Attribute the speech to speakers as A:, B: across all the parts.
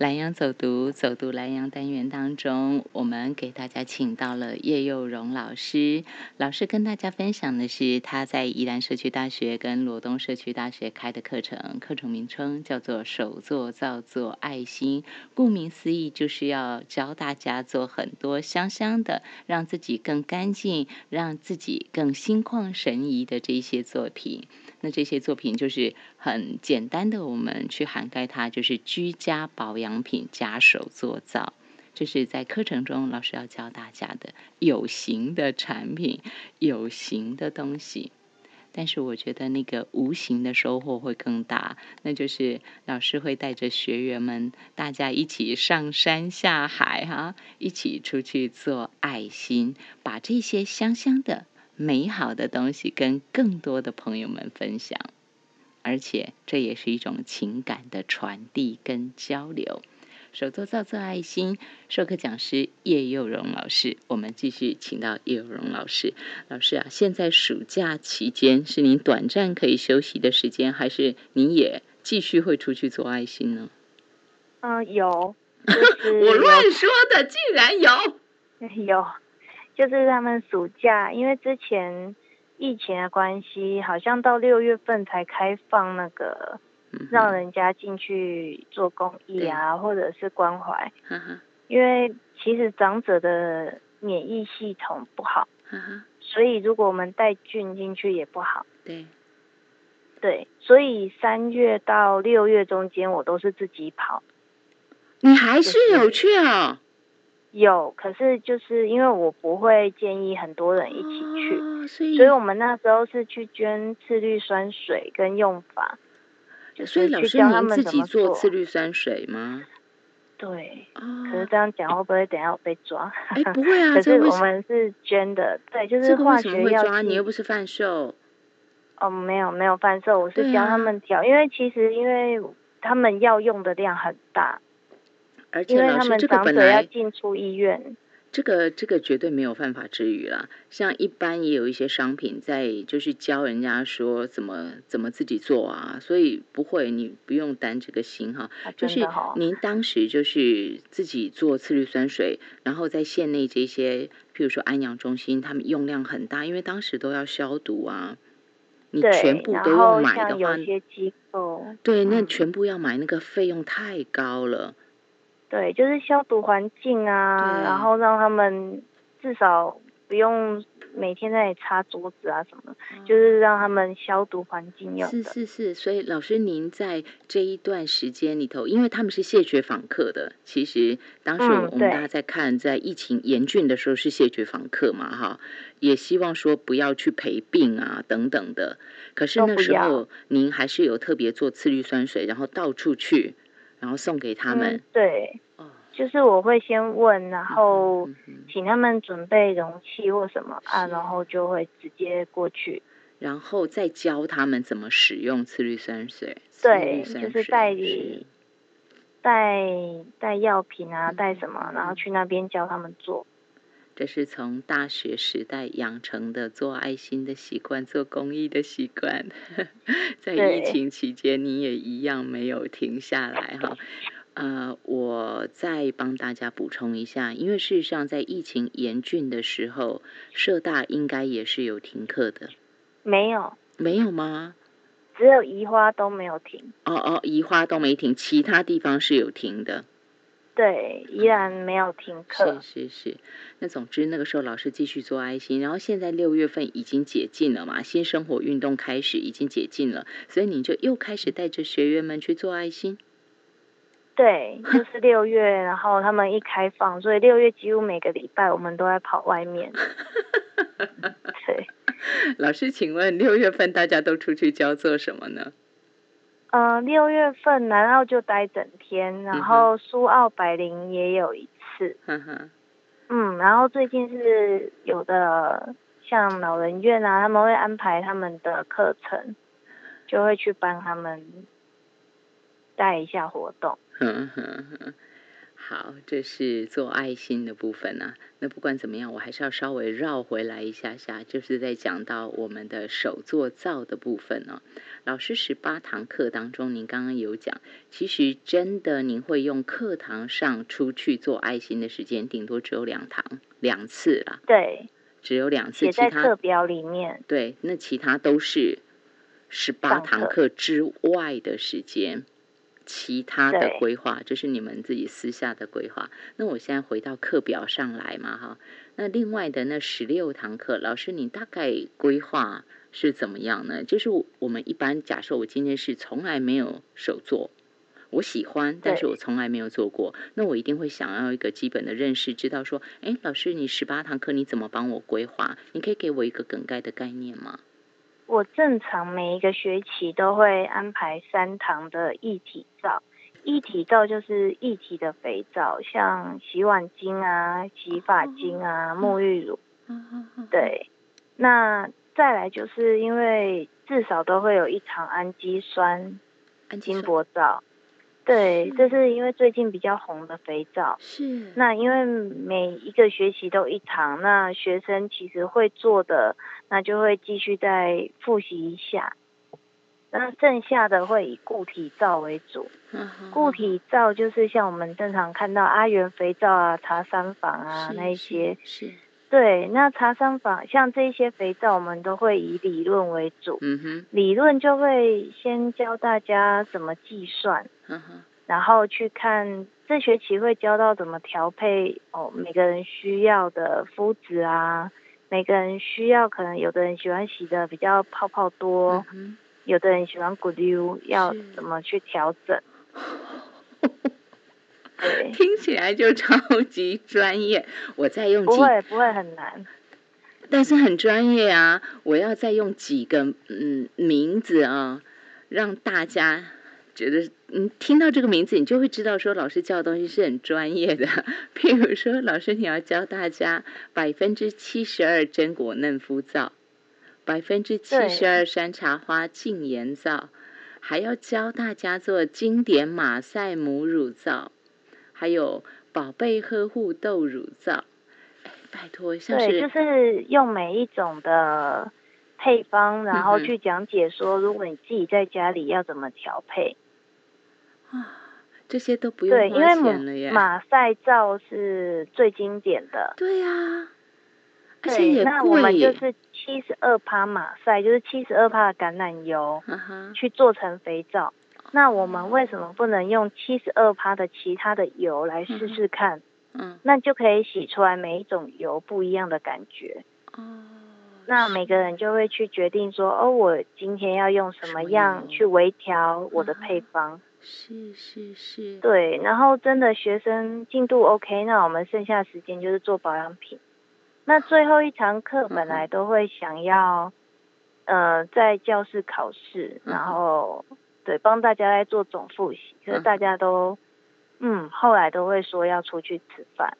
A: 南洋走读走读南洋单元当中，我们给大家请到了叶佑荣老师。老师跟大家分享的是他在宜兰社区大学跟罗东社区大学开的课程，课程名称叫做“手作造作爱心”。顾名思义，就是要教大家做很多香香的，让自己更干净，让自己更心旷神怡的这一些作品。那这些作品就是很简单的，我们去涵盖它，就是居家保养品假手做造，这是在课程中老师要教大家的有形的产品、有形的东西。但是我觉得那个无形的收获会更大，那就是老师会带着学员们，大家一起上山下海哈、一起出去做爱心，把这些香香的、美好的东西跟更多的朋友们分享，而且这也是一种情感的传递跟交流。手作造作爱心授课讲师叶佑荣老师，我们继续请到叶佑荣老师。老师啊，现在暑假期间是您短暂可以休息的时间，还是您也继续会出去做爱心呢？
B: 嗯， 有，就是
A: 我乱说的，竟然有。
B: 有 有，就是他们暑假，因为之前疫情的关系，好像到六月份才开放那个
A: 嗯
B: 让人家进去做公益啊，或者是关怀，
A: 哈哈
B: 因为其实长者的免疫系统不好，
A: 哈哈，
B: 所以如果我们带菌进去也不好。
A: 对，
B: 对，所以三月到六月中间，我都是自己跑。
A: 你还是有去哦。
B: 有，可是就是因为我不会建议很多人一起去，
A: 哦，所以
B: 所以我们那时候是去捐次氯酸水跟用法，就
A: 所以
B: 是
A: 老
B: 去
A: 师
B: 教他
A: 您
B: 们
A: 自
B: 怎
A: 己
B: 么做。
A: 次氯酸水吗？
B: 对，可是
A: 哦，
B: 这样讲会不会等一下我被抓？
A: 哎， 不会啊，
B: 可
A: 这
B: 是
A: 为
B: 我
A: 什
B: 们是捐的，对，就
A: 这
B: 是
A: 个
B: 化
A: 为什
B: 学
A: 么会
B: 药
A: 抓？你
B: 剂
A: 又不是贩售。
B: 哦，没有没有贩售，我
A: 对
B: 是教
A: 啊
B: 他们调，因为其实因为他们要用的量很大，
A: 而
B: 因
A: 且
B: 为
A: 老
B: 他
A: 师
B: 们
A: 这个
B: 长
A: 本
B: 者要
A: 来
B: 进出医院，
A: 这个这个绝对没有犯法之余啦。像一般也有一些商品在就是教人家说怎么怎么自己做啊，所以不会，你不用担这个心哈。
B: 啊
A: 就
B: 真
A: 是
B: 的哈、
A: 您当时就是自己做次氯酸水，然后在县内这些，譬如说安阳中心，他们用量很大，因为当时都要消毒啊。你全
B: 对，
A: 部
B: 然
A: 都要
B: 后
A: 买的
B: 像
A: 话
B: 有，些机构，
A: 对，那
B: 嗯
A: 全部要买那个费用太高了。
B: 对，就是消毒环境啊，
A: 对
B: 然后让他们至少不用每天在那里擦桌子啊什么，就是让他们消毒环境用
A: 嗯是
B: 的。
A: 是是，所以老师您在这一段时间里头，因为他们是谢绝访客的，其实当时
B: 嗯
A: 我们大
B: 对
A: 家在看，在疫情严峻的时候是谢绝访客嘛，哈，也希望说不要去陪病啊等等的。可是
B: 都
A: 那
B: 不
A: 时
B: 要
A: 候您还是有特别做次氯酸水，然后到处去，然后送给他
B: 嗯哦
A: 们。，
B: 对，
A: 哦，
B: 就是我会先问，然
A: 嗯哼
B: 后
A: 嗯哼
B: 请他们准备容器或什么啊，
A: 是
B: 然后就会直接过去。
A: 然后再教他们怎么使用次氯酸水。次氯
B: 对
A: 酸
B: 就是
A: 水
B: 带
A: 是
B: 带带药品啊，带什
A: 嗯
B: 么
A: 嗯，
B: 然后去那边教他们做。
A: 这是从大学时代养成的做爱心的习惯、做公益的习惯， 在疫
B: 对
A: 情期间你也一样没有停下来哈。呃，我再帮大家补充一下，因为事实上在疫情严峻的时候，社大应该也是有停课的，
B: 没有，
A: 没有吗？
B: 只有移花都没有停。
A: 哦哦，宜花都没停，其他地方是有停的。
B: 对，依然没有停课。
A: 嗯是是是，那总之那个时候老师继续做爱心，然后现在六月份已经解禁了嘛，新生活运动开始已经解禁了，所以你就又开始带着学员们去做爱心。
B: 对，就是六月，然后他们一开放，所以六月几乎每个礼拜我们都在跑外面。对，
A: 老师，请问六月份大家都出去教做什么呢？
B: 呃，六月份南澳就待整天，
A: 嗯哼
B: 然后苏澳百灵也有一次，
A: 哈哈，
B: 嗯，然后最近是有的像老人院啊，他们会安排他们的课程，就会去帮他们带一下活动。
A: 呵呵呵。嗯好，这是做爱心的部分啊。那不管怎么样，我还是要稍微绕回来一下下，就是在讲到我们的手做皂的部分哦。老师十八堂课当中，您刚刚有讲，其实真的您会用课堂上出去做爱心的时间，顶多只有两堂两次啦，
B: 对，
A: 只有两次，
B: 写
A: 其
B: 在
A: 他
B: 课表里面。
A: 对，那其他都是十八
B: 上
A: 堂课
B: 课
A: 之外的时间，其他的
B: 对
A: 规划，这是你们自己私下的规划。那我现在回到课表上来嘛，哈，那另外的那十六堂课，老师你大概规划是怎么样呢？就是我我们一般假设我今天是从来没有手做。我喜欢，但是
B: 对
A: 我从来没有做过。那我一定会想要一个基本的认识，知道说，哎，老师，你十八堂课你怎么帮我规划？你可以给我一个梗概的概念吗？
B: 我正常每一个学期都会安排三堂的一体照，一体照就是一体的肥皂，像洗碗巾啊、洗发精啊、沐浴乳。对，那再来就是因为至少都会有一场氨基酸
A: 安吉
B: 金
A: 说
B: 箔皂。对，
A: 是
B: 这是因为最近比较红的肥皂。
A: 是
B: 那因为每一个学期都一堂，那学生其实会做的，那就会继续再复习一下。那剩下的会以固体皂为主，
A: 啊嗯
B: 固体皂就是像我们正常看到阿元肥皂啊、茶三坊啊那一些，
A: 是，是
B: 对，那茶三坊像这一些肥皂，我们都会以理论为主，
A: 嗯哼
B: 理论就会先教大家怎么计算，
A: 嗯哼，
B: 然后去看这学期会教到怎么调配哦，每个人需要的肤质啊，每个人需要可能有的人喜欢洗的比较泡泡多，
A: 嗯
B: 有的人喜欢咕溜，要
A: 是
B: 怎么去调 整？对
A: 哼，，听起来就 超级专业。我再用
B: 不
A: 几，
B: 会不会很难，
A: 但是很专业啊！我要再用几个嗯名字啊，让大家觉得嗯听到这个名字，你就会知道说老师教的东西是很专业的。 譬如说，老师你要教大家百分之七十二榛果嫩肤皂，百分之七十二山茶花净颜皂，还要教大家做经典马赛母乳皂，还有宝贝呵护豆乳皂。哎拜托，像
B: 对，就是是用每一种的配方，然后
A: 嗯哼
B: 去讲解说，如果你自己在家里要怎么调配。
A: 这些都不
B: 对，
A: 用
B: 因
A: 花
B: 为
A: 钱了耶
B: 马。马赛皂是最经典的，
A: 对呀、而且
B: 对，
A: 也
B: 那我们
A: 贵
B: 就
A: 耶。
B: 是七十二趴马赛，就是七十二趴的橄榄油
A: 哈哈，
B: 去做成肥皂。那我们为什么不能用七十二趴的其他的油来试试看？
A: 嗯
B: 那就可以洗出来每一种油不一样的感觉。
A: 哦，
B: 那
A: 是
B: 每个人就会去决定说，哦，我今天要用什么
A: 什么油
B: 样去微调我的配方。
A: 是是是，
B: 对，然后真的学生进度 OK，那我们剩下时间就是做保养品。那最后一堂
A: 嗯
B: 课本来都会想要，呃，在教室考试，
A: 嗯哼
B: 然后对帮大家来做总复习，可是大家都，嗯，后来都会说要出去吃饭，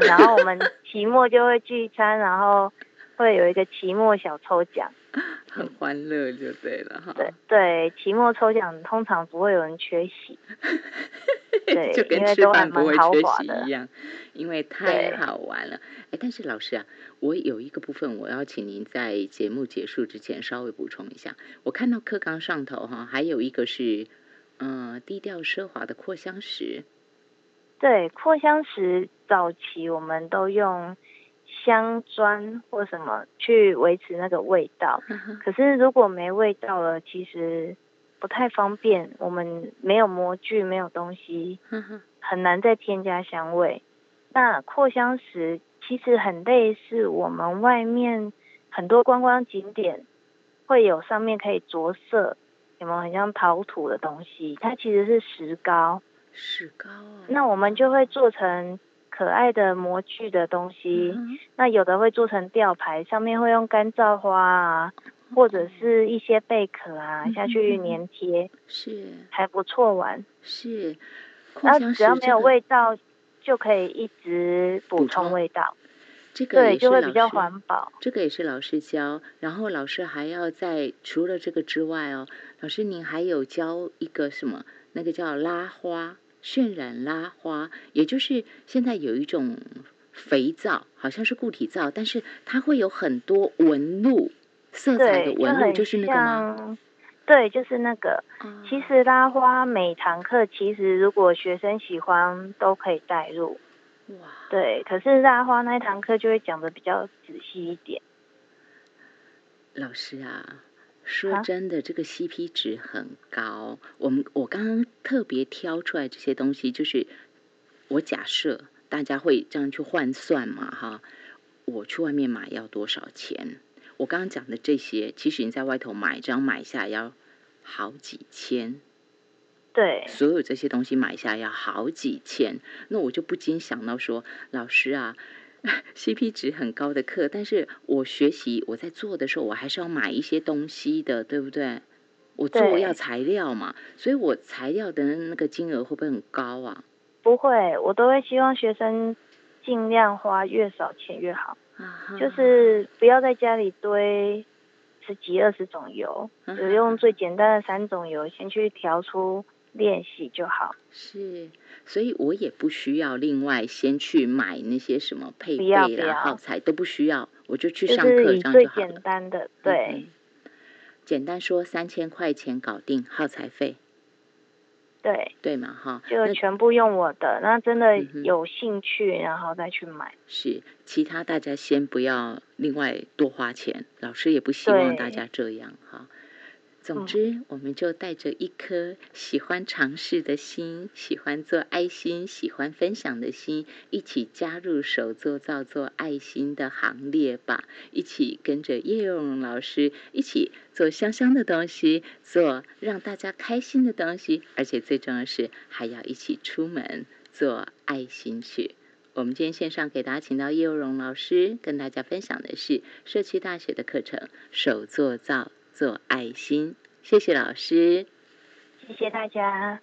B: 然后我们期末就会聚餐，然后会有一个期末小抽奖，
A: 很欢乐就对了哈。
B: 对对，期末抽奖通常不会有人缺席。 对
A: 就跟
B: 因为
A: 吃
B: 都还
A: 饭不
B: 蛮
A: 会
B: 豪
A: 缺
B: 华
A: 席
B: 的
A: 一样，因为太
B: 对
A: 好玩了。哎，但是老师啊，我有一个部分我要请您在节目结束之前稍微补充一下。我看到课纲上头哈，还有一个是，呃，低调奢华的扩香石。
B: 对，扩香石早期我们都用香砖或什么去维持那个味道，
A: 哈哈
B: 可是如果没味道了，其实不太方便。我们没有模具，没有东西，
A: 哈哈
B: 很难再添加香味。那扩香石其实很类似我们外面很多观光景点会有上面可以着色，有没有很像陶土的东西？它其实是石膏。
A: 石膏哦。
B: 那我们就会做成可爱的模具的东西，
A: 嗯
B: 那有的会做成吊牌，上面会用干燥花啊，或者是一些贝壳啊
A: 嗯
B: 下
A: 嗯
B: 去
A: 嗯嗯
B: 粘贴，
A: 是
B: 还不错玩。
A: 是，扩
B: 那
A: 香
B: 只要
A: 石这
B: 没有
A: 个
B: 味道，就可以一直
A: 补
B: 补充
A: 充
B: 味道，
A: 这个
B: 对，
A: 也是
B: 就会
A: 老
B: 比较
A: 师
B: 环保。
A: 这个也是老师教，然后老师还要在除了这个之外哦，老师您还有教一个什么？那个叫拉花，渲染拉花，也就是现在有一种肥皂，好像是固体皂，但是它会有很多纹路，色彩的
B: 对，
A: 纹路，
B: 很
A: 就是那个吗？
B: 像，对，就是那个。
A: 啊
B: 其实拉花每堂课，其实如果学生喜欢都可以带入，
A: 哇，
B: 对。可是拉花那一堂课就会讲的比较仔细一点，
A: 老师啊，说
B: 啊
A: 真的，这个 CP 值很高。我们我刚刚特别挑出来这些东西，就是我假设大家会这样去换算嘛，哈，我去外面买要多少钱？我刚刚讲的这些，其实你在外头买，这样买下来要好几千，
B: 对，
A: 所有这些东西买下来要好几千，那我就不禁想到说，老师啊，CP 值很高的课，但是我学习我在做的时候，我还是要买一些东西的，对不对？我做
B: 对
A: 要材料嘛，所以我材料的那个金额会不会很高啊？
B: 不会，我都会希望学生尽量花越少钱越好，
A: 啊哈
B: 就是不要在家里堆十几二十种油，
A: 嗯
B: 只用最简单的三种油先去调出练习就好，
A: 是，所以我也不需要另外先去买那些什么配
B: 不
A: 备
B: 要不
A: 啦、
B: 要
A: 耗材都不需要，我就去
B: 就
A: 上课
B: 是
A: 这
B: 以
A: 样
B: 最
A: 就好
B: 简
A: 了。
B: 单的，对
A: 嗯哼简单说，三千块钱搞定耗材费，
B: 对，
A: 对嘛哈？
B: 就
A: 嗯那
B: 全部用我的，那真的
A: 嗯哼
B: 有兴趣然后再去买，
A: 是其他大家先不要另外多花钱，老师也不希望大
B: 对
A: 家这样哈。总
B: 嗯
A: 之，我们就带着一颗喜欢尝试的心，喜欢做爱心，喜欢分享的心，一起加入手作造作爱心的行列吧！一起跟着叶佑荣老师一起做香香的东西，做让大家开心的东西，而且最重要的是还要一起出门做爱心去。我们今天线上给大家请到叶佑荣老师，跟大家分享的是社区大学的课程“手作造做爱心”。谢谢老师。
B: 谢谢大家。